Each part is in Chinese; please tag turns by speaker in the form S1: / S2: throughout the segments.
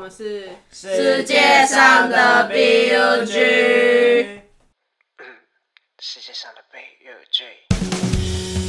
S1: 们是
S2: 世界上的 BUG
S3: 世界上的 BUG。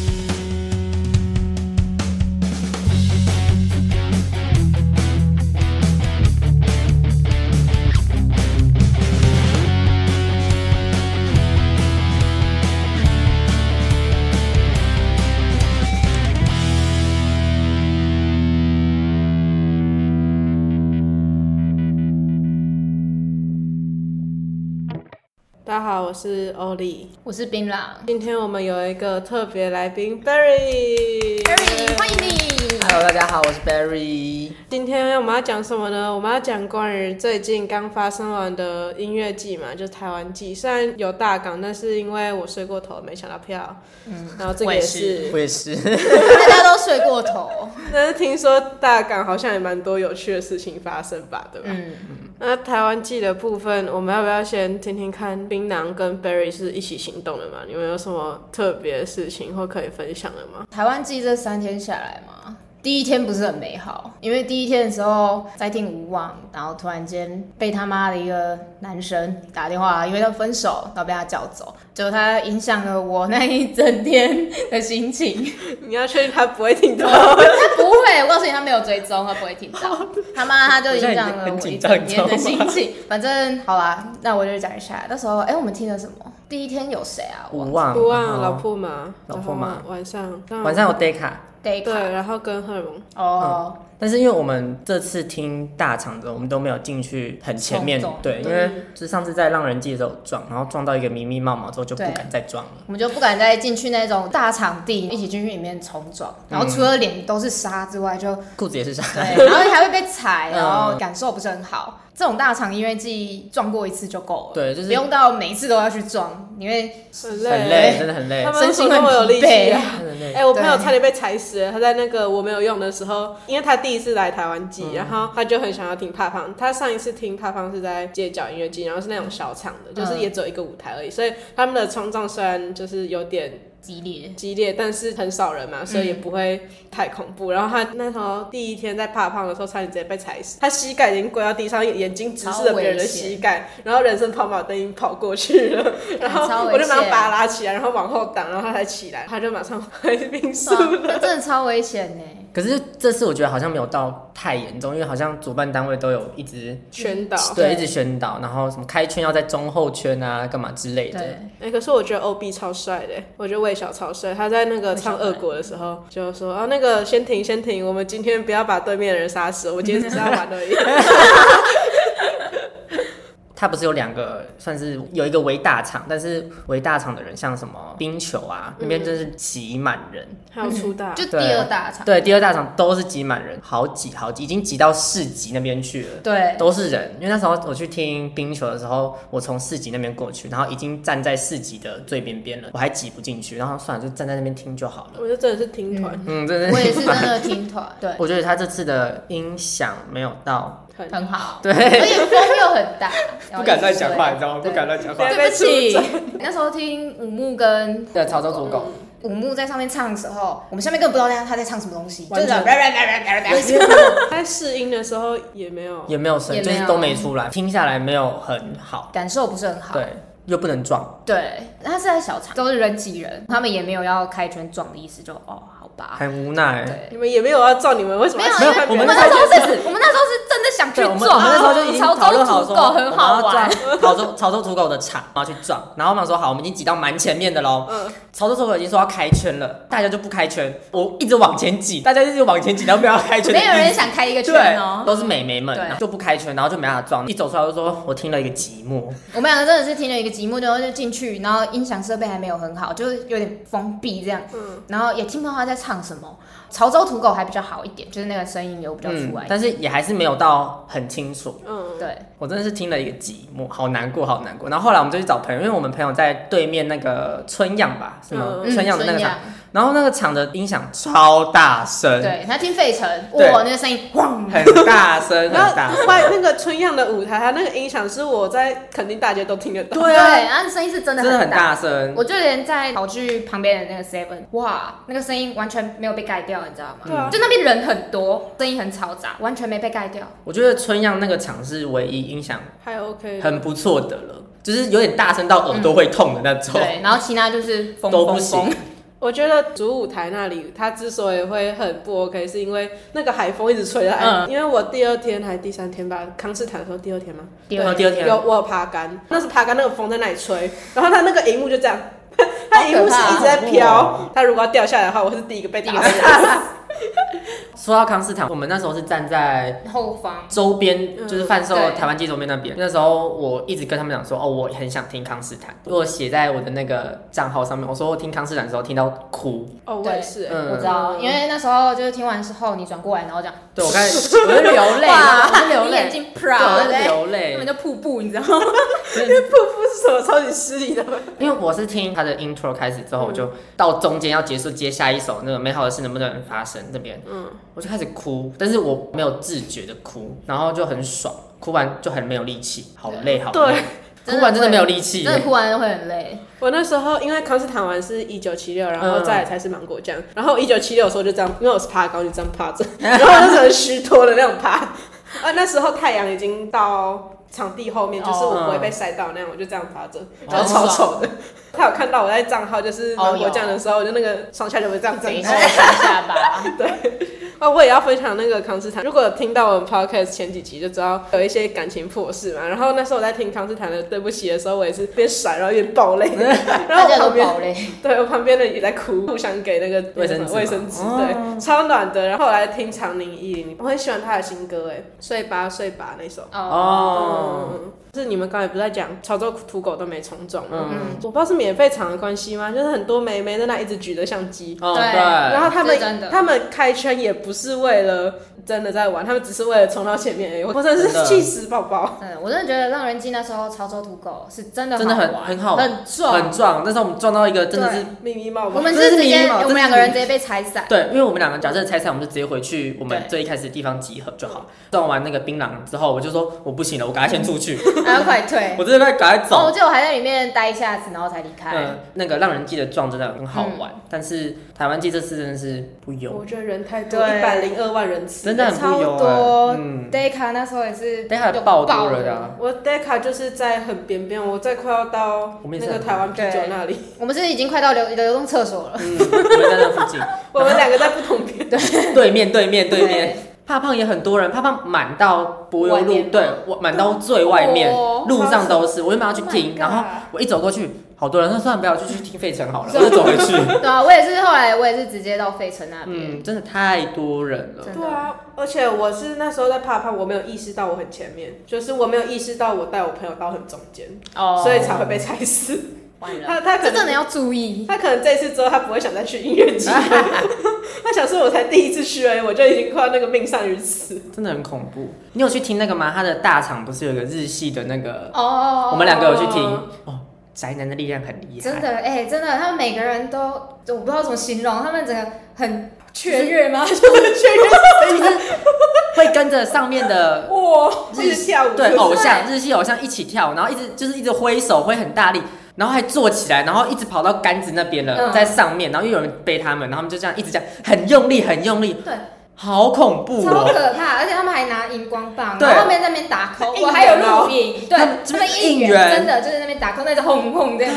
S1: 大家好，我是欧丽。
S2: 我是槟榔。
S1: 今天我们有一个特别来宾 Berry。
S2: Berry，欢迎你。
S3: Hello，大家好，我是 Barry。
S1: 今天我们要讲什么呢？我们要讲关于最近刚发生完的音乐季嘛，就是台湾季。虽然有大港，但是因为我睡过头，没抢到票。嗯，然后这个也是
S3: 我，也是，
S2: 大家都睡过头。
S1: 但是听说大港好像也蛮多有趣的事情发生吧，对吧？
S2: 嗯，
S1: 那台湾季的部分，我们要不要先听听看槟榔跟 Berry 是一起行动的嘛？你们有什么特别的事情或可以分享的吗？
S2: 台湾记这三天下来嘛，第一天不是很美好，因为第一天的时候在听无望，然后突然间被他妈的一个男生打电话，因为他分手，然后被他叫走，结果他影响了我那一整天的心情。
S1: 你要确定他不会听 到。
S2: 他不会，我告诉你，他没有追踪，他不会听到。 他妈，他就影响了我一整天的心情。反正好啦，那我就讲一下，那时候哎、我们听了什么？第一天有谁啊？我
S3: 无望，
S1: 不忘
S3: 然后
S1: 老铺嘛，
S3: 老
S1: 然
S3: 铺
S1: 后
S3: 嘛
S1: 晚上
S3: 晚上有 Deka，
S2: Day
S1: 对，然后跟荷尔蒙，
S2: 哦，
S3: 但是因为我们这次听大场的，我们都没有进去很前面
S2: 冲动，
S3: 对，因为就是上次在浪人记的时候撞，然后撞到一个迷迷冒冒之后就不
S2: 对
S3: 敢再撞了。
S2: 我们就不敢再进去那种大场地，一起进去里面冲撞。然后除了脸都是沙之外，就
S3: 裤子也是啥？
S2: 对，然后还会被踩，
S3: 嗯
S2: 然后感受不是很好。这种大场音乐季撞过一次就够了，
S3: 对就是
S2: 不用到每一次都要去撞，因为
S1: 很
S3: 很累，真的很累
S1: 他，们
S2: 身心
S1: 怎么有
S2: 很疲
S1: 力气啊
S2: 惫。
S3: 真的很累。
S1: 哎、我朋友
S2: 对
S1: 差点被踩死了。他在那个我没有用的时候，因为他第一次来台湾
S2: 嗯
S1: 记，然后他就很想要听帕胖。他上一次听帕胖是在街角音乐季，然后是那种小场的，就是
S2: 嗯
S1: 也只有一个舞台而已。所以他们的冲撞虽然就是有点
S2: 激 烈，
S1: 激烈，但是很少人
S2: 嗯
S1: 嘛，所以也不会太恐怖。然后他那时候第一天在帕胖的时候，差点直接被踩死，他膝盖已经跪到地上，眼睛直视着别人的膝盖，然后人生跑马灯已经跑过去了，然后
S2: 超危
S1: 我就马上
S2: 险
S1: 把他拉起来，然后往后挡，然后他才起来，他就马上回 民宿
S2: 哇
S1: 了。
S2: 啊那真的超危险呢。
S3: 可是这次我觉得好像没有到太严重，因为好像主办单位都有一直
S1: 宣导。
S3: 对
S2: 对
S3: 一直宣导，然后什么开圈要在中后圈啊，干嘛之类的
S2: 对。，
S1: 哎、可是我觉得 OB 超帅的，我觉得魏晓超帅。他在那个
S2: 魏晓
S1: 唱《恶果》的时候，就说啊，那个先停，先停，我们今天不要把对面的人杀死，我们今天只是要玩 而已。
S3: 它不是有两个，算是有一个围大场，但是围大场的人像什么冰球啊，
S2: 嗯
S3: 那边真是挤满人。
S1: 还有出大，
S2: 就第二大场，
S3: 对，第二大场都是挤满人，好挤好挤，已经挤到市集那边去了。
S2: 对，
S3: 都是人，因为那时候我去听冰球的时候，我从市集那边过去，然后已经站在市集的最边边了，我还挤不进去，然后算了，就站在那边听就好了。
S1: 我就真的是听团、
S3: 嗯，真的
S2: 我也是真的听团，对，
S3: 我觉得他这次的音响没有到，
S1: 很
S2: 很好，
S3: 对
S2: 而且风又很 大，然后一直吹
S3: 你知道吗
S2: 对
S3: 乱讲
S1: 话
S2: 对 不起，那时候听五木跟
S3: 对，潮州土狗，
S2: 五木在上面唱的时候，我们下面根本不知道他在唱什么东西，就
S1: 完
S2: 是
S1: 全在试音的时候也没有，
S3: 也没有声，
S2: 也
S3: 就
S2: 没有
S3: 是都没出来，听下来没有很好，
S2: 感受不是很好。
S3: 对，又不能撞，
S2: 对，他是在小场，都是人挤人，他们也没有要开圈撞的意思，就哦，好吧，
S3: 很无奈。
S2: 对。
S1: 你们也没有要照你们为什么
S2: 没
S1: 要
S2: 有，
S1: 喜
S2: 因
S1: 欢
S2: 为
S1: 看
S2: 我
S1: 别
S2: 们
S1: 人
S3: 没有
S2: 那时候是，我们那时候是真的想去
S3: 对，我们
S2: 撞，啊
S3: 我们那时候就已经讨论好
S2: 潮州土
S3: 说，
S2: 狗很好
S3: 我们
S2: 玩
S3: 要，撞潮州潮州土狗的场，然后去撞，然后我们想说好，我们已经挤到蛮前面的喽。
S1: 嗯，
S3: 潮州土狗已经说要开圈了，大家就不开圈，我一直往前挤，大家一直往前挤，然后没有要开圈的意
S2: 没
S3: 思，
S2: 有人想开一个圈哦
S3: 对，。都是美眉们，
S2: 对
S3: 然后就不开圈，然后就没办法撞，一走出来就说我听了一个寂寞，
S2: 我们两个真的是听了一个节目，然后就进去，然后音响设备还没有很好，就是有点封闭这样，
S1: 嗯
S2: 然后也听不到他在唱什么。潮州土狗还比较好一点，就是那个声音有比较出来。
S3: 嗯但是也还是没有到很清楚。
S1: 嗯，
S2: 对，
S3: 我真的是听了一个寂寞，好难过，好难过。然后后来我们就去找朋友，因为我们朋友在对面那个春样吧，什么、
S1: 嗯
S3: 春样的那个
S2: 孙
S3: 场，
S2: 杨
S3: 然后那个场的音响超大声，
S2: 对他听费城，
S3: 对
S2: 哇，那个声音咣，
S3: 很大声，很
S1: 然后
S3: 大声。
S1: 外那个春样的舞台，它那个音响是我在垦丁大街都听得 到。
S3: 对
S2: 对，
S3: 啊，
S2: 然后声音是真的
S3: 真的很
S2: 很
S3: 大声。
S2: 我就连在跑去旁边的那个 Seven，哇，那个声音完全没有被盖掉，你知道吗？
S1: 对啊
S2: 就那边人很多，声音很嘈杂，完全没被盖掉。
S3: 我觉得春样那个场是唯一音响
S1: 还 OK，
S3: 很不错的了，就是有点大声到耳朵会痛的那种。
S2: 对，然后其他就是风
S3: 都
S2: 风
S3: 不行
S2: 风，
S1: 我觉得主舞台那里，它之所以会很不 OK，是因为那个海风一直吹来。
S2: 嗯
S1: 因为我第二天还是第三天吧，康斯坦的时候第二天吗？
S2: 第二
S3: 第二天
S1: 有我有爬杆，那是爬杆，那个风在那里吹，然后它那个荧幕就这样， 它荧幕是一直在
S3: 好可怕
S1: 飘，它如果要掉下来的话，我是第一个被
S2: 第一
S1: 打
S2: 个
S1: 死。
S3: 说到康斯坦，我们那时候是站在。
S2: 后方，
S3: 周边就是贩售
S2: 嗯对
S3: 台湾街周边那边，那时候我一直跟他们讲说，哦，我很想听康斯坦，我写在我的那个账号上面，我说我听康斯坦的时候听到哭，
S1: 哦，我
S2: 对
S1: 也是、欸，
S3: 嗯
S2: 我知道，因为那时候就是听完之后，你转过来，然后讲，
S3: 对我刚才我就流泪了，
S2: 哇
S3: 我就流
S2: 你眼
S3: 泪，
S2: 睛
S3: 对，我
S2: 啪
S3: 就
S2: 嘞，
S3: 流
S2: 根
S3: 泪
S2: 本，就瀑布，你知道吗？
S1: 瀑布是什么超级失礼的吗？
S3: 因为我是听他的 intro 开始之后，我
S2: 嗯
S3: 就到中间要结束接下一首那个美好的事能不能发生这边，嗯，我就开始哭，但是我没有自觉的哭，然后就很爽，哭完就很没有力气，好累好累，
S2: 对
S3: 哭完真的没有力
S2: 真
S3: 气，
S2: 的哭完会很累，
S1: 我那时候因为康斯坦完是一九七六，然后再来才是芒果酱，然后一九七六的时候就这样，因为我是爬高，就这样 趴着，然后我就只能虚脱的那种爬。啊，那时候太阳已经到场地后面，就是我不会被晒到那样，我就这样趴着，然后超丑的。他有看到我在账号就是
S2: 哦有
S1: 芒果酱的时候，我就那个双下就会这样整
S2: 等一
S1: 起
S2: 下我想一下吧。
S1: 啊，我也要分享那个康斯坦。如果有听到我们 podcast 前几集，就知道有一些感情破事嘛。然后那时候我在听康斯坦的《对不起》的时候，我也是边甩然后边爆 泪，然后
S2: 大
S1: 我
S2: 家都
S1: 旁边
S2: 爆嘞，
S1: 对我旁边的也在哭，互相给 那个
S3: 卫生哦纸吗
S1: 卫生纸，对，超暖的。然后我来听长宁一零，我很喜欢他的新歌，哎，睡吧睡吧那首。
S3: 哦，
S1: 嗯，是你们刚才不是在讲潮州土狗都没从众吗？
S3: 嗯，
S1: 我不知道是免费场的关系吗？就是很多妹妹在那一直举着相机，
S3: 哦
S2: 对
S1: 然
S3: 对，
S1: 后他
S2: 呃这是真的
S1: 们他们开圈也不是为了真的在玩，他们只是为了冲到前面而已。我真的
S3: 真的
S1: 是气死宝宝。
S2: 真的，我真的觉得让人机那时候潮州土狗是真的
S3: 真的
S2: 好
S3: 很
S2: 玩
S3: 很好，
S2: 很壮
S3: 很。壮，那时候我们撞到一个真的是。
S1: 咪咪帽
S2: 我
S1: 吗？
S2: 们
S3: 真
S2: 是
S3: 的是
S2: 直接
S3: 迷茫
S2: 我
S3: 真的是
S2: 们两个人直接被 拆散，
S3: 对，因为我们两个假设拆散，我们就直接回去我们
S2: 对
S3: 最一开始的地方集合就好。撞完那个槟榔之后，我就说我不行了，我赶快先出去，
S2: 然后快退。
S3: 我真的在赶快
S2: 哦，我
S3: 走。
S2: 记得我还在里面待一下子，然后才离开。
S3: 嗯，那个让人记得撞真的很好
S2: 嗯
S3: 玩，但是台湾记这次真的是不
S1: 我
S3: 优，
S1: 觉得人太多，
S2: 对
S1: 一百零二万人次，
S3: 真的很不优、
S2: 超多
S3: 啊。嗯，
S2: Dayca 那时候也是，
S3: 但还爆多了的、啊。
S1: 我 Deca 就是在很边边，我在快要到
S3: 我们
S1: 那
S3: 也
S1: 个
S3: 是很
S1: 台湾啤酒那里，
S2: 我们是已经快到流流动厕所了，
S3: 嗯，我们在那附 近，
S1: 我们两个在不同边。
S3: 对面对面对面。怕胖也很多人，怕胖满到柏油
S2: 外面
S3: 路
S2: 吗，
S3: 对，我满到最外面，
S2: 哦
S3: 路上都是。我原本要去
S2: Oh my
S3: 听
S2: God
S3: 然后我一走过去，好多人，那算了，不要，就去听费城好了，我就走回去。
S2: 对啊，我也是后来我也是直接到费城那边，
S3: 嗯，真的太多人了
S2: 真。的
S1: 对啊，而且我是那时候在怕胖，我没有意识到我很前面，就是我没有意识到我带我朋友到很中间，
S2: 哦
S1: 所以才会被踩死。
S2: 完了，
S1: 他他
S2: 这
S1: 可
S2: 真的
S1: 能
S2: 要注意，
S1: 他可能这次之后他不会想再去音乐 节，他想说我才第一次去而已，我就已经快要那个命丧于此。
S3: 真的很恐怖。你有去听那个吗？他的大厂不是有个日系的那个，
S2: 哦
S3: 我们两个有去听。哦，宅男的力量很厉害，
S2: 真的，哎、真的，他们每个人都，我不知道怎么形容，他们整个很雀跃吗？
S3: 会跟着上面的
S1: 哇，这是跳舞
S3: 对哦
S1: 是不
S3: 偶
S1: 是
S3: 像日系偶像一起跳，然后一直就是一直挥手，挥很大力。然后还坐起来，然后一直跑到杆子那边了，
S2: 嗯
S3: 在上面，然后又有人背他们，然后他们就这样一直这样很用力，很用力，
S2: 对，
S3: 好恐怖
S2: 超
S3: 哦！
S2: 可怕，而且他们还拿荧光棒，
S3: 对哦
S2: 然后后面在那边打 call，
S1: 应援
S2: 我还有录影，对，
S3: 他
S2: 他
S3: 们
S2: 们应
S3: 应援嗯
S2: 援真的就是那边打 call，那是轰轰这样，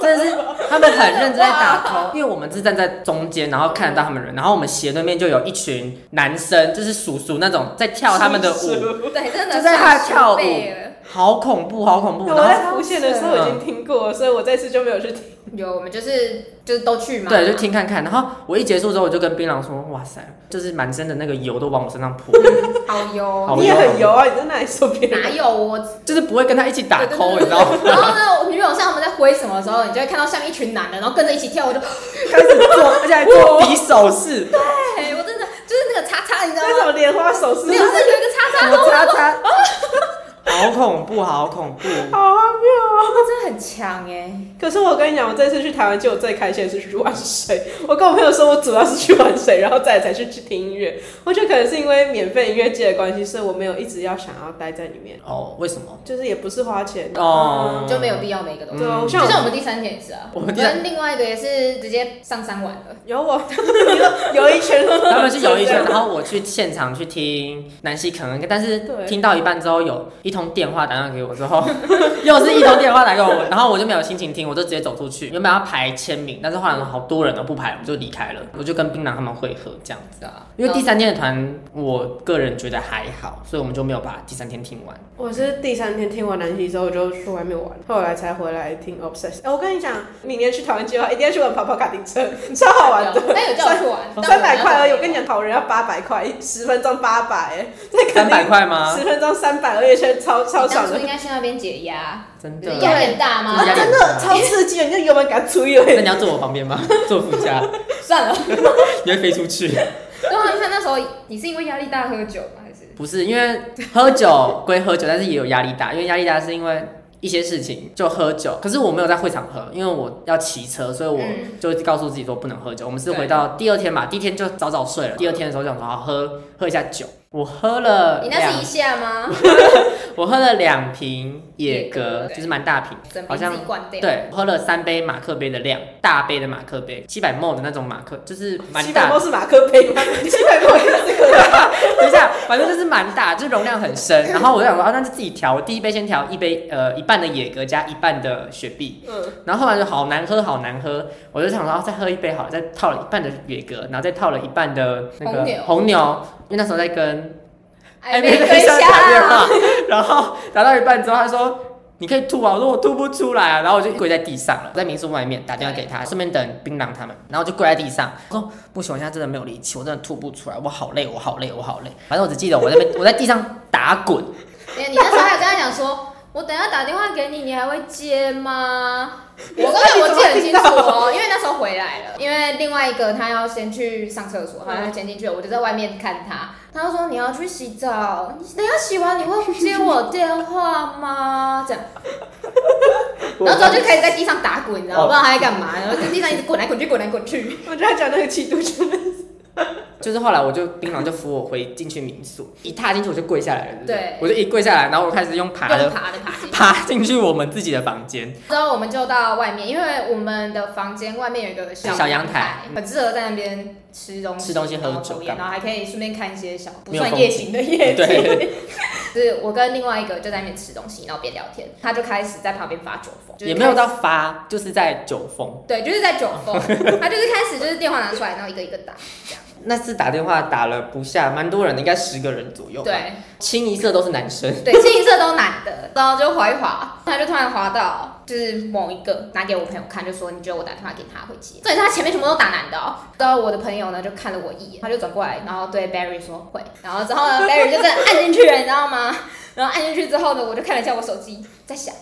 S3: 真的是他们很认真在打 call，因为我们是站在中间，然后看得到他们人，然后我们斜对面就有一群男生，就是叔叔那种在跳他们的舞，
S2: 对，真的
S3: 就在他
S2: 是
S3: 跳舞
S2: 鼠辈了
S3: 好恐怖，好恐怖！
S1: 对
S3: 哦
S1: 我
S3: 然后啊
S1: 在浮现的时候已经听过了，所以我这次就没有去听。
S2: 有，我们就是就是都去嘛，
S3: 对，就听看看。然后我一结束之后，我就跟槟榔说：“哇塞，就是满身的那个油都往我身上泼，
S2: 好哟，
S3: 好
S1: 你也很油啊，你在那里说别人
S2: 哪有我？
S3: 就是不会跟他一起打 call，你知道吗？
S2: 然后呢，我女友像他们在挥什么的时候，你就会看到下面一群男的，然后跟着一起跳，我就，
S3: 开始做，而且还做比手势，
S2: 哎，我
S3: 啊
S2: 真的就是那个叉叉，你知道
S1: 那
S2: 吗？
S3: 嗯
S1: 种莲花手势
S2: 没有，是有一个叉
S3: 什
S2: 叉，
S3: 么叉叉，好恐怖，好恐怖！
S1: 好啊！
S2: 他真的很强哎，
S1: 可是我跟你讲，我这次去台湾，就我最开心的是去玩水。我跟我朋友说，我主要是去玩水，然后再才是去听音乐。我觉得可能是因为免费音乐季的关系，所以我没有一直要想要待在里面，
S3: 哦，为什么？
S1: 就是也不是花钱。
S3: 哦，
S2: 嗯就没有必要每个都。
S1: 对啊，我
S2: 就
S1: 像
S2: 像
S1: 我
S2: 我们第三天也是啊，
S3: 我
S2: 我
S3: 们第三
S2: 们另外一个也是直接上山玩的，
S1: 有我， 你说游一圈，
S3: 他们去游艺圈，然后我去现场去听南希肯恩歌，但是
S1: 对
S3: 听到一半之后，有一通电话打电话给我之后， 又是一通电话打给我，然后我就没有心情听，我就直接走出去。原本要排签名，但是后来好多人都不排，我们就离开了。我就跟槟榔他们会合这样子啊，因为第三天的团，我个人觉得还好，所以我们就没有把第三天听完。
S1: 我是第三天听完南极之后，我就去外面玩，后来才回来听 Obsess。哎，我跟你讲，明年去台湾计划一定要去玩跑跑卡丁车，超好玩的。
S2: 但有叫我去玩，
S1: 三百块而已，我跟你，讲，好人要八百块，十分钟八百，哎，在
S3: 三
S1: 肯
S3: 百
S1: 定
S3: 块吗？
S1: 十分钟三百，而且现在超超
S2: 你
S1: 爽
S2: 当初
S1: 的啊
S2: 应，该去那边解压，
S3: 真的？
S2: 压力很大 吗？
S3: 压力
S1: 真的超刺激的，你就油门给它吹
S3: 那
S1: 了。
S3: 你要坐我旁边吗？坐副驾，
S2: 算了。
S3: 你会飞出去。
S2: 然后他那时候，你是因为压力大喝酒吗？还是？
S3: 不是因为喝酒归喝酒，但是也有压力大，因为压力大是因为一些事情就喝酒，可是我没有在会场喝，因为我要骑车，所以我
S2: 嗯
S3: 就告诉自己说不能喝酒。我们是
S2: 对
S3: 回到第二天吧，第一天就早早睡了，第二天的时候想说好喝喝一下酒，我喝了
S2: 你那
S3: 两
S2: 是一下吗？
S3: 我喝了两瓶野
S2: 野
S3: 格
S2: 格，对
S3: 就是蛮大瓶，
S2: 整
S3: 好
S2: 瓶
S3: 像
S2: 自己灌掉。
S3: 对，我喝了三杯马克杯的量，大杯的马克杯，七百 ml 的那种马克，就是蛮
S1: 七
S3: 大
S1: 百多是马克杯 吗？七百多是这个吗？
S3: 等一下，反正就是蛮大，就是容量很 深。然后我就想说，啊，那就自己调。我第一杯先调一杯，呃，一半的野格加一半的雪碧。
S1: 嗯，
S3: 然后后来就好难喝，好难喝。我就想说，啊、再喝一杯好了，再套了一半的野格，然后再套了一半的那个
S2: 红牛
S3: 红牛因为那时候在跟
S2: 哎，
S3: 妹
S2: 没
S3: 对象打电话， 然后打到一半之后，他说。你可以吐啊！我说我吐不出来啊，然后我就跪在地上了，在民宿外面打电话给他，顺便等槟榔他们，然后就跪在地上，我说不行，我现在真的没有力气，我真的吐不出来，我好累，我好累，我好累。反正我只记得我在那 边我在地上打滚，
S2: 哎你那时候还有跟他讲说，我等一下打电话给你，你还会接吗？我跟你我记得很清楚哦，因为那时候回来了，因为另外一个他要先去上厕所，他要先进去了，我就在外面看他。他就说你要去洗澡，你等一下洗完你会接我电话吗？这样，然后之后就开始在地上打滚，你知道吗？
S3: 哦
S2: 不知道他在干嘛，然后在地上一直滚来滚去，滚来滚去。
S1: 我觉得他讲那个气度真的，
S3: 就是后来我就槟榔就扶我回进去民宿，一踏进去我就跪下来了，对不
S2: 对
S3: 我就一跪下来，然后我开始用 爬
S2: 用
S3: 的
S2: 爬的爬进去。
S3: 爬进去我们自己的房间，
S2: 之后我们就到外面，因为我们的房间外面有一个小
S3: 小阳台
S2: 台，很适合在那边吃东西、
S3: 吃东西
S2: 然后
S3: 喝酒
S2: 抽烟，
S3: 干嘛
S2: 然后还可以顺便看一些小不
S3: 没有
S2: 算
S3: 风
S2: 夜
S3: 景
S2: 景的夜 景。
S3: 对，
S2: 就是我跟另外一个就在那边吃东西，然后边聊天，他就开始在旁边发酒疯，就是
S3: 也没有
S2: 开
S3: 到
S2: 始。
S3: 发，就是在酒疯。
S2: 对，就是在酒疯，他就是开始就是电话拿出来，然后一个一个打，
S3: 那次打电话打了不下，蛮多人的，应该十个人左右。，
S2: 对
S3: 清一色都是男生。
S2: 对，清一色都男的，然后就滑一滑，他就突然滑到就是某一个拿给我朋友看，就说你觉得我打电话给他会接，所以他前面全部都打男的、哦，然后我的朋友呢就看了我一眼，他就转过来，然后对 Barry 说会，然后之后呢 Barry 就真的按进去了，你知道吗？然后按进去之后呢，我就看了一下我手机，在想，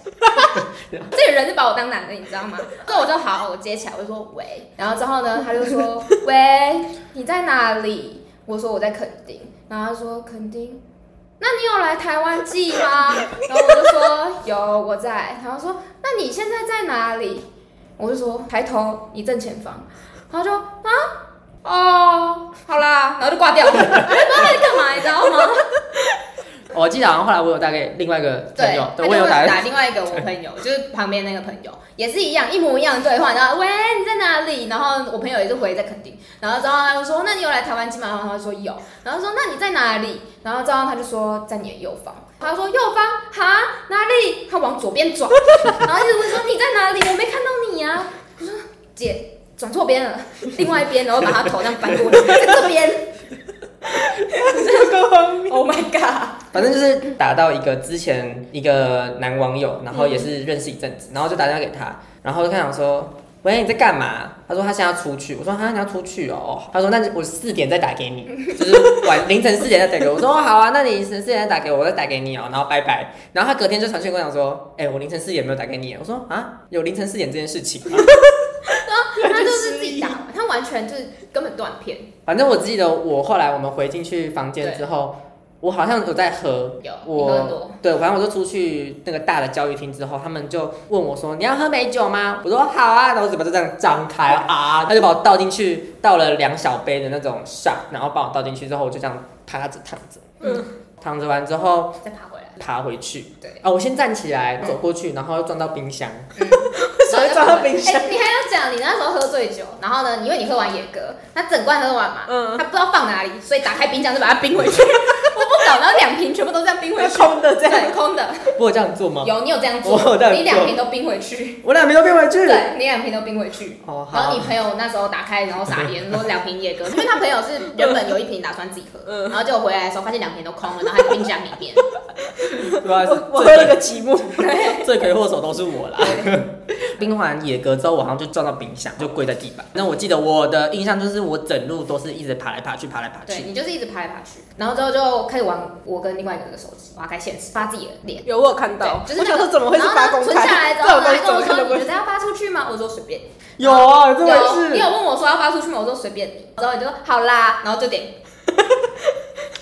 S2: 这个人是把我当男的，你知道吗？所以我就好，我接起来，我就说喂，然后之后呢，他就说喂，你在哪里？我说我在垦丁，然后他说垦丁，那你有来台湾记吗？然后我就说有，我在。然后说那你现在在哪里？我就说抬头，你正前方。然后就啊哦，好啦，然后就挂掉了，我 也不知道他在干嘛，你知道吗？
S3: 哦我记得好像后来我有打给另外一个朋友，
S2: 他就
S3: 我有
S2: 会
S3: 打
S2: 打另外一个我朋友，就是旁边那个朋友，也是一样一模一样的对话，然后喂你在哪里？然后我朋友也是回在垦丁，然后之后他就说那你有来台湾金马？然后他就说有，然后说那你在哪里？然后之后他就说在你的右方，他说右方哈哪里？他往左 边转，然后一直问说你在哪里？我没看到你呀、啊，我说姐。转错边了，另外一边，然后把他头这样翻过去，在 这边。
S1: 这个荒谬
S2: Oh my god！
S3: 反正就是打到一个之前一个男网友，然后也是认识一阵子，然后就打电话给他，然后就看想说。喂，你在干嘛？他说他现在要出去。我说哈，你要出去哦。他说那我四点再打给你，就是晚凌晨四点再打给我。我说哦好啊，那你四点再打给我，我再打给你哦。然后拜拜。然后他隔天就传讯跟我讲说，哎、我凌晨四点没有打给你。我说啊，有凌晨四点这件事情吗？
S2: 啊 他就是自己打完，他完全就是根本断片。
S3: 反正我记得我后来我们回进去房间之后，我好像有在喝，
S2: 有你喝很
S3: 我
S2: 多
S3: 对，反正我就出去那个大的教育厅之后，他们就问我说：“你要喝美酒吗？”我说：“好啊。”然后我嘴巴就这样张开啊，他就把我倒进去，倒了两小杯的那种 shot，然后把我倒进去之后，我就这样趴着躺着，
S1: 嗯
S3: 躺着完之后
S1: 哦
S2: 再爬回来。
S3: 爬回去。
S2: 对，
S3: 啊，我先站起来走过去，然后又撞到冰 箱，
S1: 为什么会撞到冰箱
S2: 哎、你还要讲你那时候喝醉酒，然后呢，因为你喝完野格，他整罐喝完嘛，
S1: 嗯
S2: 他不知道放哪里，所以打开冰箱就把它冰 回去。我不懂，然后两瓶全部都这样冰回去，
S1: 空的这样
S2: 对，空的。
S3: 我有这样做吗？
S2: 有，你有这样做
S3: 我有这样，做
S2: 你两瓶都冰回去，
S3: 我两瓶都变回去。
S2: 对，你两瓶都冰回去。
S3: 哦，
S2: 然后
S3: 好
S2: 你，朋友那时候打开，然后傻眼，说两瓶野格，因为他朋友是原本有一瓶打算自己喝，
S1: 嗯
S2: 然后就回来的时候发现两瓶都空了，然后还在冰箱里面。
S3: 对啊吧？
S1: 我我喝了个积木，
S3: 罪魁祸首都是我啦。 冰完野格之后，我好像就撞到冰箱，就跪在地板。那我记得我的印象就是，我整路都是一直爬来爬去，爬来爬
S2: 对
S3: 去。
S2: 你就是一直爬来爬去，然后之后就开始玩我跟另外一个人的手机，划开现实，发自己的脸。
S1: 有我有看到，
S2: 对，就
S1: 我
S2: 是那
S1: 想
S2: 个
S1: 说怎么会是发
S2: 然后
S1: 公
S2: 呢存下
S1: 开
S2: 来？之
S1: 这种
S2: 后，他
S1: 东
S2: 还
S1: 西怎么
S2: 跟我
S1: 看都
S2: 说：“
S1: 不
S2: 你
S1: 会
S2: 觉。得要发出去吗？”我说：“随 便。”
S3: 有啊，有这
S2: 有，
S3: 回
S2: 你
S3: 事
S2: 有。问我说要发出去吗？我说随便你。然后你就说好啦，然后就点。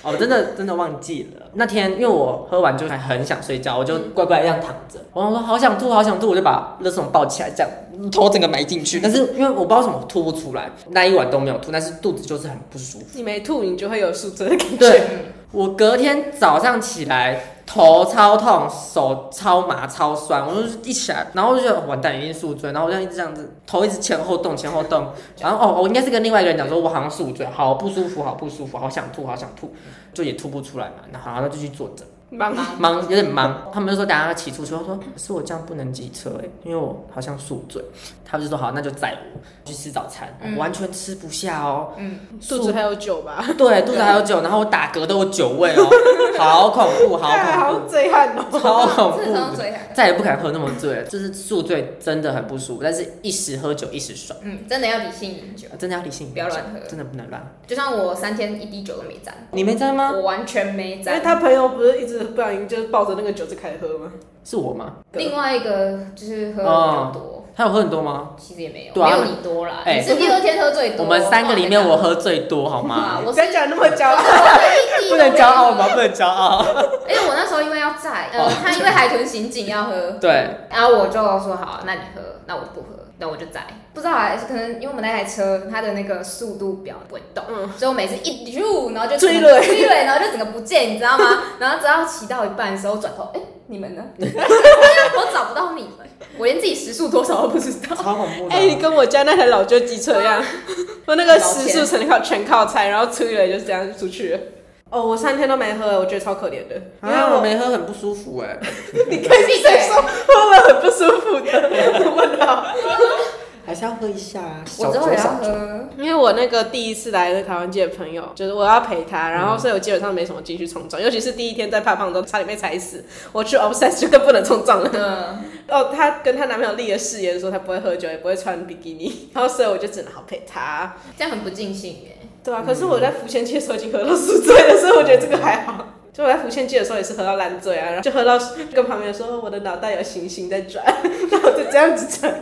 S3: 哦，真的真的忘记了。那天因为我喝完就还很想睡觉，我就乖乖这样躺着。然后我说好想吐，好想吐，我就把垃圾桶抱起来，这样头整个埋进去。但是因为我不知道为什么吐不出来，那一晚都没有吐，但是肚子就是很不舒服。
S1: 你没吐，你就会有宿醉的感
S3: 对
S1: 觉。
S2: 嗯
S3: 我隔天早上起来头超痛，手超麻超酸，我就是一起来，然后我就觉得完蛋，一定宿醉，然后我就一直这样子，头一直前后动前后动，然后哦，我应该是跟另外一个人讲说，我好像宿醉，好不舒服，好不舒服，好想吐，好想吐，就也吐不出来嘛，然后然后就去坐诊，
S1: 忙
S3: 忙有点忙，他们就说等一下骑出去，我说可是我这样不能骑车哎、欸因为我好像宿醉，他们就说好，那就载我去吃早餐，
S2: 嗯
S3: 我完全吃不下哦，
S1: 肚子还有酒吧，
S3: 对，肚子还有酒，然后我打嗝都有酒味哦，好恐怖，好
S1: 看来好
S3: 恐
S1: 像醉汉哦。
S3: 怖， 超恐
S2: 这种
S3: 怖的，
S2: 最狠。
S3: 再也不敢喝那么醉了，就是宿醉真的很不舒服，但是一时喝酒一时爽，
S2: 嗯，真的要理性饮酒，
S3: 真的要理性饮酒，
S2: 不要乱喝
S3: 真的不能乱。
S2: 就像我三天一滴酒都没沾，
S3: 你没在吗？
S2: 我完全没
S1: 啊因为
S2: 沾。
S1: 他朋友不是一直不小心就是抱着那个酒就开始喝吗？
S3: 是我吗？
S2: 另外一个就是喝的比
S1: 哦
S2: 较多，
S3: 他有喝很多吗？
S2: 其实也没有，
S3: 对啊
S2: 没有你多啦。
S3: 哎
S2: 你是第二天喝最多。
S3: 我们三个里面我
S2: 喝
S3: 喝最多，好吗？
S2: 我
S1: 不
S2: 是
S1: 要讲那么骄傲，
S2: 我一滴
S3: 不
S2: 都
S3: 能
S2: 没
S3: 骄傲吗？
S2: 喝
S3: 不能骄傲。
S2: 而哎且我那时候因为要在，呃
S3: 哦，
S2: 他因为海豚刑警要喝，
S3: 对，
S2: 然后我就说好，那你喝，那我不喝，那我就载。不知道还是可能因为我们那台车它的那个速度表不会动，
S1: 嗯
S2: 所以我每次一入，然后就
S1: 追
S2: 整个
S1: 尾
S2: 追尾，然后就整个不见，你知道吗？ 然后直到骑到一半的时候转头，哎、你们呢？我找不到你们，我连自己时速多少都不知道。
S3: 超恐怖的。
S1: 哎、你跟我家那台老旧机车一样，我那个时速全靠全靠猜，然后出去了就这样出去了。哦，我三天都没喝，我觉得超可怜的，因 为
S3: 啊，我
S1: 我
S3: 没喝很不舒服哎，
S1: 你可以再说喝了很不舒服的， 我操！
S3: 还是要喝一下啊。
S2: 我
S3: 小
S2: 之后
S3: 酌
S2: 也要
S3: 小酌。
S2: 喝，
S1: 因为我那个第一次来的台湾界的朋友，就是我要陪他，然后所以我基本上没什么进去冲撞，尤其是第一天在怕胖中差点被踩死，我去 obsess 就更不能冲撞了。
S2: 嗯，
S1: 哦，她跟她男朋友立了誓言，说她不会喝酒，也不会穿比基尼， 然后所以我就只能好陪她。
S2: 这样很不尽兴耶。
S1: 对啊，可是我在浮现记的时候已经喝到宿醉了，所以我觉得这个还好。就我在浮现记的时候也是喝到烂醉啊，然后就喝到跟旁边人说哦我的脑袋有行星在转， 然后就这样子转。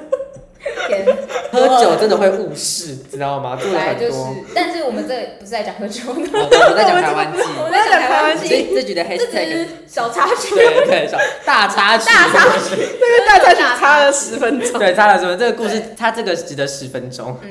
S2: 天，
S3: 喝酒真的会误事，知道吗？做
S2: 本
S3: 了
S2: 来
S3: 很
S2: 就
S3: 多。
S2: 是，但是我们这不是在讲喝酒的，
S3: 哦对我们在讲台湾记。
S2: 我们在讲台
S1: 我
S2: 湾
S3: 这
S1: 们
S2: 戏，
S3: 这局的
S2: 这只
S3: hashtag
S2: 是小插曲。
S3: 对对小大插曲，
S2: 大插曲
S1: 那个大家只差了十分钟。
S3: 对插了什么？这个故事它这个值得十分钟，
S2: 嗯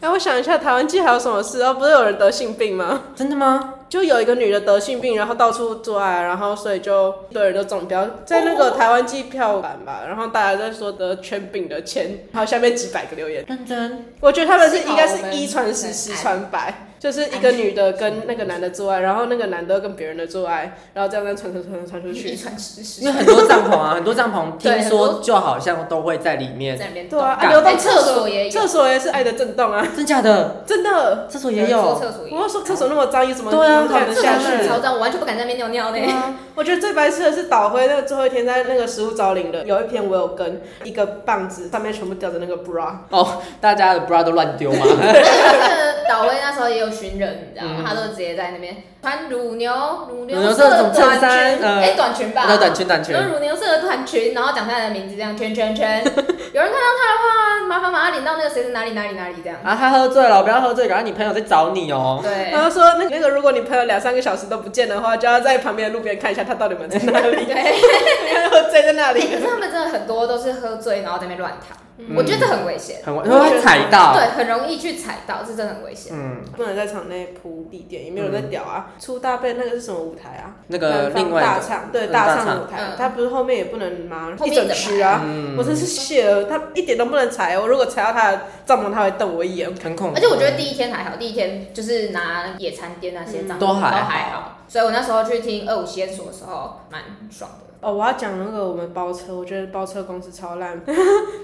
S1: 哎，我想一下，台湾记还有什么事？哦，不是有人得性病吗？
S3: 真的吗？
S1: 就有一个女的得性病，然后到处做爱，然后所以就一堆人都中标，在那个台湾机票版吧，然后大家在说得全病的钱，然后下面几百个留言，
S3: 认真，
S1: 我觉得他们是应该
S2: 幸好我
S1: 是
S2: 们
S1: 一传十，十传百。就是一个女的跟那个男的做爱，然后那个男的跟别人的做爱，然后这样这样传传传传传出
S2: 一
S1: 去。
S2: 传十，十
S3: 因为很多帐篷啊，很多帐篷
S2: 对
S3: 听
S2: 很
S3: 说就好像都会在里面，
S2: 在那边
S1: 对啊，
S3: 干
S1: 啊流到
S2: 在厕所也有
S1: 厕所也是爱的震动啊，
S3: 真假的？
S1: 真的。
S3: 厕所
S2: 动
S3: 也
S2: 有人说
S3: 有，
S2: 厕所也
S1: 我
S2: 有
S1: 要说厕所那么脏，有什么
S3: 对啊
S1: 你看得
S2: 厕
S1: 下
S2: 所
S1: 去
S2: 是？超脏，我完全不敢在那边尿尿嘞。
S1: 我觉得最白痴的是倒灰那个最后一天在那个食物招领的有一篇我有跟一个棒子上面全部吊着那个 bra，
S3: 哦，大家的 bra 都乱丢吗？
S2: 那个 导位那时候也有寻人，你知道吗？
S3: 嗯
S2: 他都直接在那边穿乳牛乳
S3: 乳牛
S2: 色
S3: 色
S2: 的
S3: 的衬
S2: 短裙，
S3: 衫呃
S2: 哎、短裙 吧，嗯
S3: 那短裙短裙
S2: 然后乳牛色的短裙，然后讲他的名字，这样圈圈圈。有人看到他的话，麻烦把他领到那个谁谁哪里哪里哪里这样。
S3: 啊，他喝醉了，不要喝醉，然后你朋友在找你哦。
S2: 对
S1: 然后说那那个，如果你朋友两三个小时都不见的话，就要在旁边的路边看一下他到底有没有在那 里，
S2: 对，
S1: 然后在在那
S2: 哎 可
S1: 里。
S2: 是他们真的很多都是喝醉然后在那边乱躺，
S3: 嗯
S2: 我觉得这很危险，
S3: 很，因为会踩到。
S2: 对，很容易去踩到，这真的很危险。
S3: 嗯，
S1: 不能在场内铺地垫，也没有人在屌啊。出大背那个是什么舞台啊？
S3: 那个
S1: 南方
S3: 另外一个
S1: 大唱对
S3: 嗯
S1: 大
S3: 大
S1: 唱
S3: 唱
S1: 舞台
S2: 嗯，
S1: 它不是后面也不能吗？
S2: 后
S1: 一
S2: 面
S1: 整
S2: 一整
S1: 区
S2: 排
S1: 啊，
S3: 嗯
S1: 我真是谢了，他一点都不能踩哦。我如果踩到他的帐篷，他会瞪我一眼。
S3: 很恐怖。
S2: 而且我觉得第一天还好，第一天就是拿野餐垫那些帐
S3: 嗯
S2: 篷、
S3: 都还好
S2: 还好，所以我那时候去听二五实验所的时候蛮爽的。
S1: 哦，我要讲那个我们包车，我觉得包车公司超烂。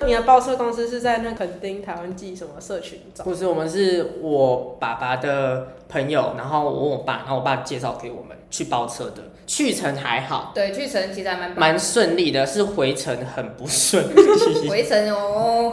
S1: 你的包车公司是在那垦丁台湾记什么社群找？
S3: 不是，我们是我爸爸的朋友，然后我问我爸，然后我爸介绍给我们去包车的，去程还好，
S2: 对，去程其实还蛮棒
S3: 蛮嗯顺利的，是回程很不顺利，
S2: 回程 哦，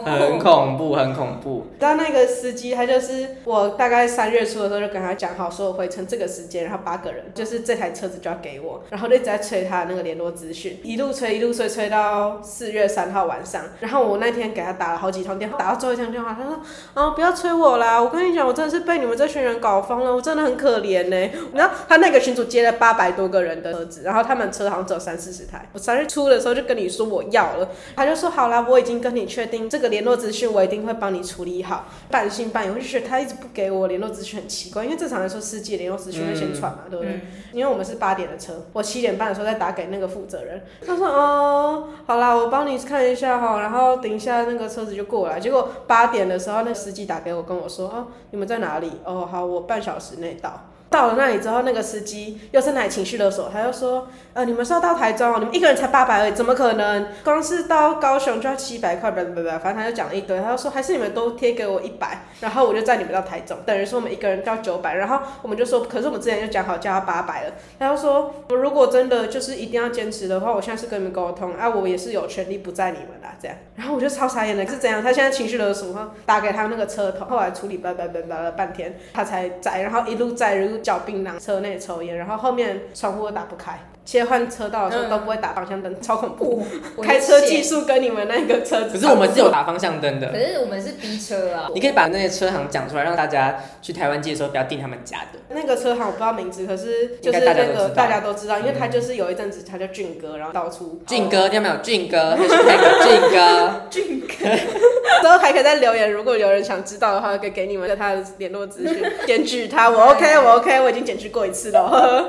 S3: 很恐怖，很恐怖。
S1: 但那个司机他就是我大概三月初的时候就跟他讲好，说我回程这个时间，然后八个人，就是这台车子就要给我，然后就一直在催他的那个联络资讯，一路催一路催，催到四月三号晚上。然后我那天给他打了好几通电话，打到最后一通电话，他说啊不要催我啦，我跟你讲，我真的是被你们这群人搞疯了，我真的很可怜呢、然后他那个群主接了八百多个人的车子，然后他们车好像只有三四十台。我三月初的时候就跟你说我要了，他就说好啦，我已经跟你确定这个联络资讯，我一定会帮你处理好。半信半疑，我就觉得他一直不给我联络资讯很奇怪，因为正常来说司机联络资讯会先传嘛，对不对？
S2: 嗯
S1: 因为我们是八点的车，我七点半的时候再打给那个负责人，他说哦，好啦，我帮你看一下哈，然后等一下那个车子就过来。结果八点的时候，那司机打给我跟我说哦，你们在哪里？哦，好，我半小时内到。到了那里之后，那个司机又是来情绪勒索，他就说：“呃，你们是要到台中哦，你们一个人才八百而已，怎么可能？光是到高雄就要七百块，不不不，反正他就讲了一堆，他就说还是你们都贴给我一百，然后我就载你们到台中，等于说我们一个人要九百，然后我们就说，可是我们之前就讲好叫他八百了，他就说我如果真的就是一定要坚持的话，我现在是跟你们沟通，啊，我也是有权利不载你们啦，这样， 然后我就超傻眼的，是怎样？他现在情绪勒索，然后打给他那个车头，后来处理叭叭叭叭了半天，他才载，然后一路载一路嚼槟榔，车内抽烟，然后后面窗户都打不开。切换车道的时候
S2: 嗯
S1: 都不会打方向灯，超恐怖！
S3: 嗯
S2: 我
S1: 开车技
S2: 术，
S1: 术跟你们那个车子，
S3: 可是我们是有打方向灯
S2: 可
S3: 的，
S2: 是我们是逼车啊，
S3: 你可以把那些车行讲出来，让大家去台湾借的时候不要订他们家的。
S1: 那个车行我不知道名字，可是就
S3: 应
S1: 是那
S3: 该大家都知
S1: 个
S3: 道嗯
S1: 大家都知道，因为他就是有一阵子他叫俊哥，然后到处
S3: 俊，哥，听到没有？俊哥，还是那个俊 哥，
S1: 之后还可以再留言，如果有人想知道的话，可以给你们他的联络资讯，检举他，我 OK，我 OK，我已经检举过一次了。呵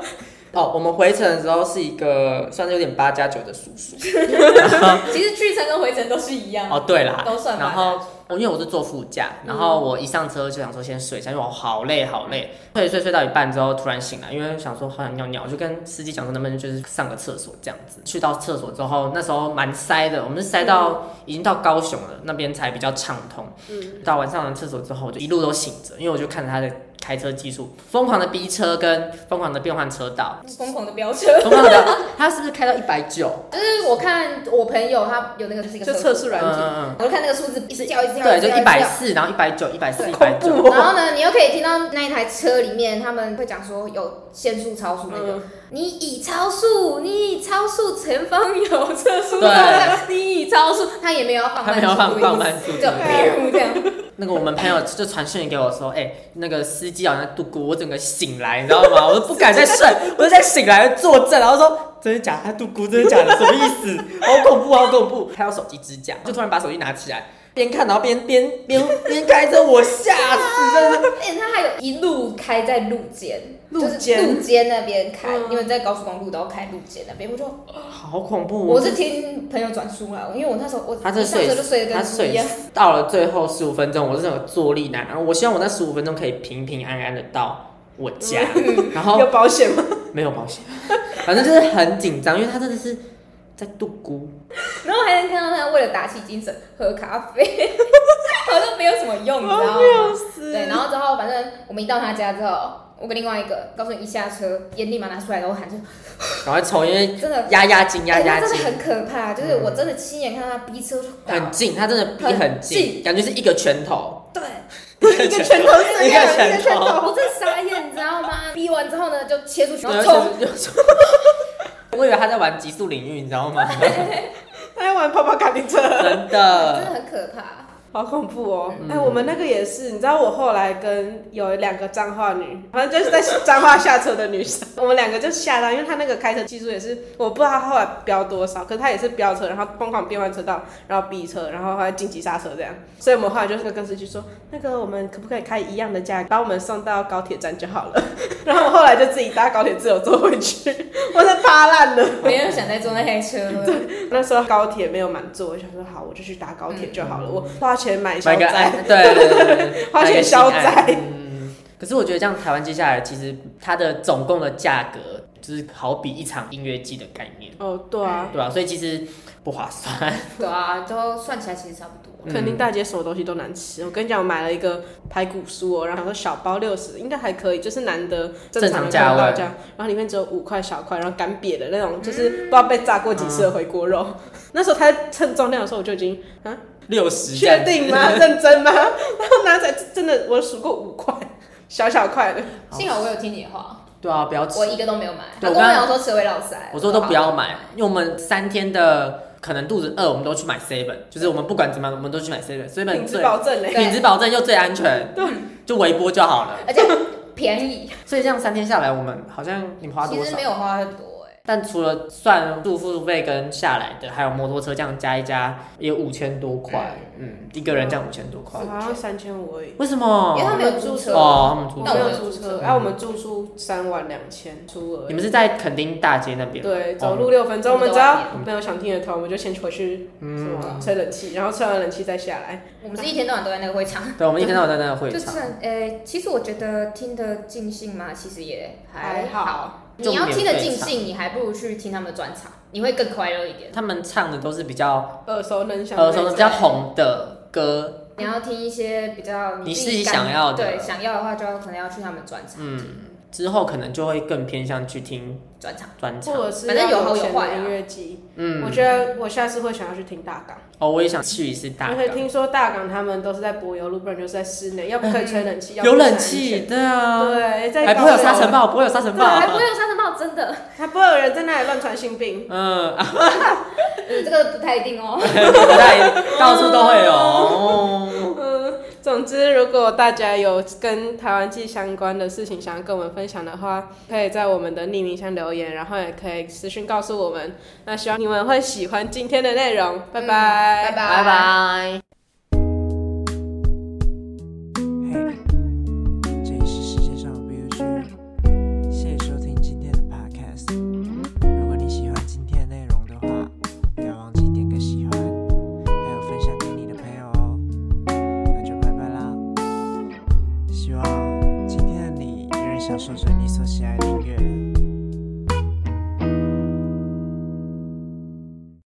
S1: 呵
S3: 哦，我们回程的时候是一个算是有点八加九的叔叔。
S2: 其实去程跟回程都是一样，
S3: 嗯哦，对啦，
S2: 都算吧
S3: 然后我因为我是坐副驾，
S2: 嗯
S3: 然后我一上车就想说先睡一下，因为我好累好累，睡睡睡到一半之后突然醒来，因为想说好想尿尿，我就跟司机讲说能不能就是上个厕所这样子。去到厕所之后，那时候蛮塞的，我们是塞
S2: 嗯
S3: 到已经到高雄了，那边才比较畅通。
S1: 嗯
S3: 到晚上完厕所之后，我就一路都醒着，因为我就看着他的开车技术，疯狂的逼车跟疯狂的变换车道，
S2: 疯狂的飙车。
S3: 疯狂的，他是不是开到一百 九？
S2: 就是我看我朋友他有那个就是一个
S1: 就
S2: 测
S1: 测
S2: 速，
S1: 速
S3: 嗯
S1: 软体，
S3: 嗯嗯，
S2: 我就看那个数字一直跳一直跳，
S3: 对，就
S2: 直跳
S3: 一百。
S2: 直跳
S3: 四，然后一百九，一百四，一百
S1: 恐
S3: 九。
S1: 怖
S2: 然
S1: 哦。
S2: 后呢，你又可以听到那一台车里面他们会讲说有限速、超速那
S3: 嗯
S2: 个，你已超速，你已超速，前方有 测速
S3: 对
S2: 道，你已超速，他也没有要放慢
S3: 他没有放
S2: 速度啊
S3: 放慢速
S2: 就哎
S3: 度
S2: 这样。
S3: 那个我们朋友就传讯给我说，哎、那个司机好像在度过，我整个醒来，你知道吗？我都不敢再睡， 我就在醒来坐正，然后说真的假的？他度过真的假的？什么意思？好恐怖，好恐怖！还有手机支架，就突然把手机拿起来，边看然后边边边边开车，我吓死，真的是。
S2: 而且它还有一路开在路肩，
S1: 路
S2: 就是
S1: 肩
S2: 路肩那边开，
S1: 嗯
S2: 因为在高速公路都要开路肩那边，我就
S3: 好恐怖！
S2: 我是听朋友转述啦，因为我那时候我
S3: 他
S2: 一
S3: 是
S2: 上车
S3: 睡
S2: 就睡得
S3: 他
S2: 跟猪一
S3: 睡
S2: 样，
S3: 死到了最后十五分钟，我是那种坐立难安。我希望我那十五分钟可以平平安安的到我家，
S2: 嗯
S3: 然 后
S1: 有保险吗？
S3: 没有保险， 反正就是很紧张，因为他真的是在度孤。
S2: 然后还能看到他为了打起精神喝咖啡， 好像没有什么用， 你 知道吗？对，然后之后反正我们一到他家之后。我跟另外一个，告诉你一下车，烟立马拿出来，然后喊就
S3: 赶快抽，因为
S2: 真的，
S3: 压压惊，压
S2: 哎，
S3: 压
S2: 他真的
S3: 惊，
S2: 很可怕，就是我真的亲眼看到他逼车就倒
S3: 很近，他真的逼
S2: 很
S3: 很
S2: 近
S3: 近，感觉是一个拳头。
S2: 对，
S1: 一个拳头 这样，
S3: 一个拳头
S1: 一个拳头。
S2: 我这傻眼，你知道吗？逼完之后呢，就切出去，然后
S3: 然
S2: 冲
S3: 后。就是就我以为他在玩极速领域，你知道 吗？
S1: 他在玩跑跑卡丁车，
S3: 真
S2: 真的
S3: 的，
S2: 很可怕。
S1: 好恐怖哦！
S3: 嗯
S1: 哎、我们那个也是，你知道我后来跟有两个彰化女，反正就是在彰化下车的女生， 我们两个就吓到，因为她那个开车技术也是，我不知道她后来飙多少，可是她也是飙车，然后疯狂变换车道，然后逼车，然后后来紧急刹车这样，所以我们后来就是跟司机说，那个我们可不可以开一样的价格，把我们送到高铁站就好了。 然后我后来就自己搭高铁自由坐回去，我是趴烂了。
S2: 没有想再坐那台车了，
S1: 那时候高铁没有满座，我想说好，我就去搭高铁就好了，我花钱买小
S3: 买个
S1: 宅
S3: 爱，。对 对对对，
S1: 花钱
S3: 买个心
S1: 消
S3: 爱
S1: 灾
S3: 嗯可是我觉得这样，台湾接下来其实它的总共的价格，就是好比一场音乐季的概念，
S1: 哦，对啊，
S3: 对吧、所以其实不划算。
S2: 对啊，就算起来其实差不多。
S1: 肯定大街什么东西都难吃。我跟你讲，我买了一个排骨酥哦，然后说小包六十，应该还可以，就是难得正常的
S3: 正常价
S1: 看到
S3: 位
S1: 这样，然后里面只有五块小块，然后干瘪的那种，就是不知道被炸过几次的回锅肉。 那时候他在称重量的时候，我就已经啊，
S3: 六十，
S1: 确定吗？认真吗？ 然后拿起来真的，我数过五块，小小块的。
S3: 好
S2: 幸好我有听你的话，
S3: 对啊，不要吃
S2: 我。一个都没有买。
S3: 对
S2: 他
S3: 我
S2: 跟我
S3: 刚
S2: 讲说吃会老塞，
S3: 我说都不要买，因为我们三天的可能肚子饿，我们都去买 seven，就是我们不管怎么样，我们都去买 seven。seven
S1: 品质
S3: 最
S1: 保证嘞，
S2: 对
S3: 品质保证又最安 全，对，就微波就好了。
S2: 而且便宜，
S3: 所以这样三天下来，我们好像你花
S2: 其
S3: 多
S2: 实
S3: 少
S2: 没？有花很多哎。
S3: 但除了算住宿费跟下来的，还有摩托车这样加一加，也五千多块，嗯，一个人这样五千多块，
S1: 好像三千五而已。
S3: 为什
S2: 因为他
S3: 么？
S2: 们有租车
S3: 哦，他们
S1: 我
S3: 住
S1: 没
S2: 那
S3: 宿
S1: 有
S2: 们
S1: 租车，
S2: 嗯
S1: 哎、我们住宿三万两千出而已
S3: 你们是在垦丁大街那边吗？
S1: 对，
S3: 哦
S1: 走路六分钟，
S2: 我
S1: 我们
S2: 们
S1: 只
S2: 在外
S1: 要没有想听的团，我们就先回去什
S3: 嗯，
S1: 么吹冷气，然后吹完冷气再下来。
S2: 我们是一天到晚都在那个会场，
S3: 对，我们一天到晚在那 个会
S2: 就
S3: 场
S2: 是，呃，其实我觉得听得尽兴嘛，其实也还
S1: 还好
S2: 好。
S3: 就
S2: 你要听
S3: 免
S2: 得
S3: 费
S2: 尽
S3: 场
S2: 兴，你还不如去听他们的专场，你会更快乐一点。
S3: 他们唱的都是比较
S1: 耳熟能详，
S3: 呃，什么比较红的歌，
S2: 你要听一些比较
S3: 你
S2: 自
S3: 自己
S2: 感
S3: 想要的
S2: 对，想要的话就要可能要去他们专场，
S3: 嗯，之后可能就会更偏向去听
S2: 专场
S3: 专
S1: 或
S3: 场，
S1: 者是
S2: 反正有好有
S1: 要
S2: 坏
S1: 钱
S2: 啊
S1: 的音乐季。我
S3: 嗯，
S1: 觉得我下次会想要去听大港，
S3: 哦，我也想去一次大
S1: 因为
S3: 港，
S1: 听说大港他们都是在柏油路，不然就是在室内，要不可以吹冷气，要不
S3: 嗯有
S1: 可以
S3: 冷
S1: 闪
S3: 气，
S1: 现。
S3: 对啊，
S1: 对，在
S3: 还不会有
S1: 高雄啊
S3: 沙尘，暴，不会有沙尘
S2: 对，还不
S3: 暴
S2: 会，有沙尘暴，真的，
S1: 还不会有人在那里乱传性病。
S3: 嗯， 啊
S2: 嗯这个不太一定哦。
S3: 不太到处都会有哦，
S1: 嗯，总之，如果大家有跟台湾季相关的事情想要跟我们分享的话，可以在我们的匿名箱留言，然后也可以私讯告诉我们。那希望你们会喜欢今天的内容，拜拜，
S2: 嗯拜
S3: 拜拜。
S4: 嘿，这里是世界上的 B U G，谢谢收听今天的 Podcast。如果你喜欢今天的内容的话，不要忘记点个喜欢，还有分享给你的朋友哦。那就拜拜啦！希望今天的你仍然享受着你所喜爱的音乐。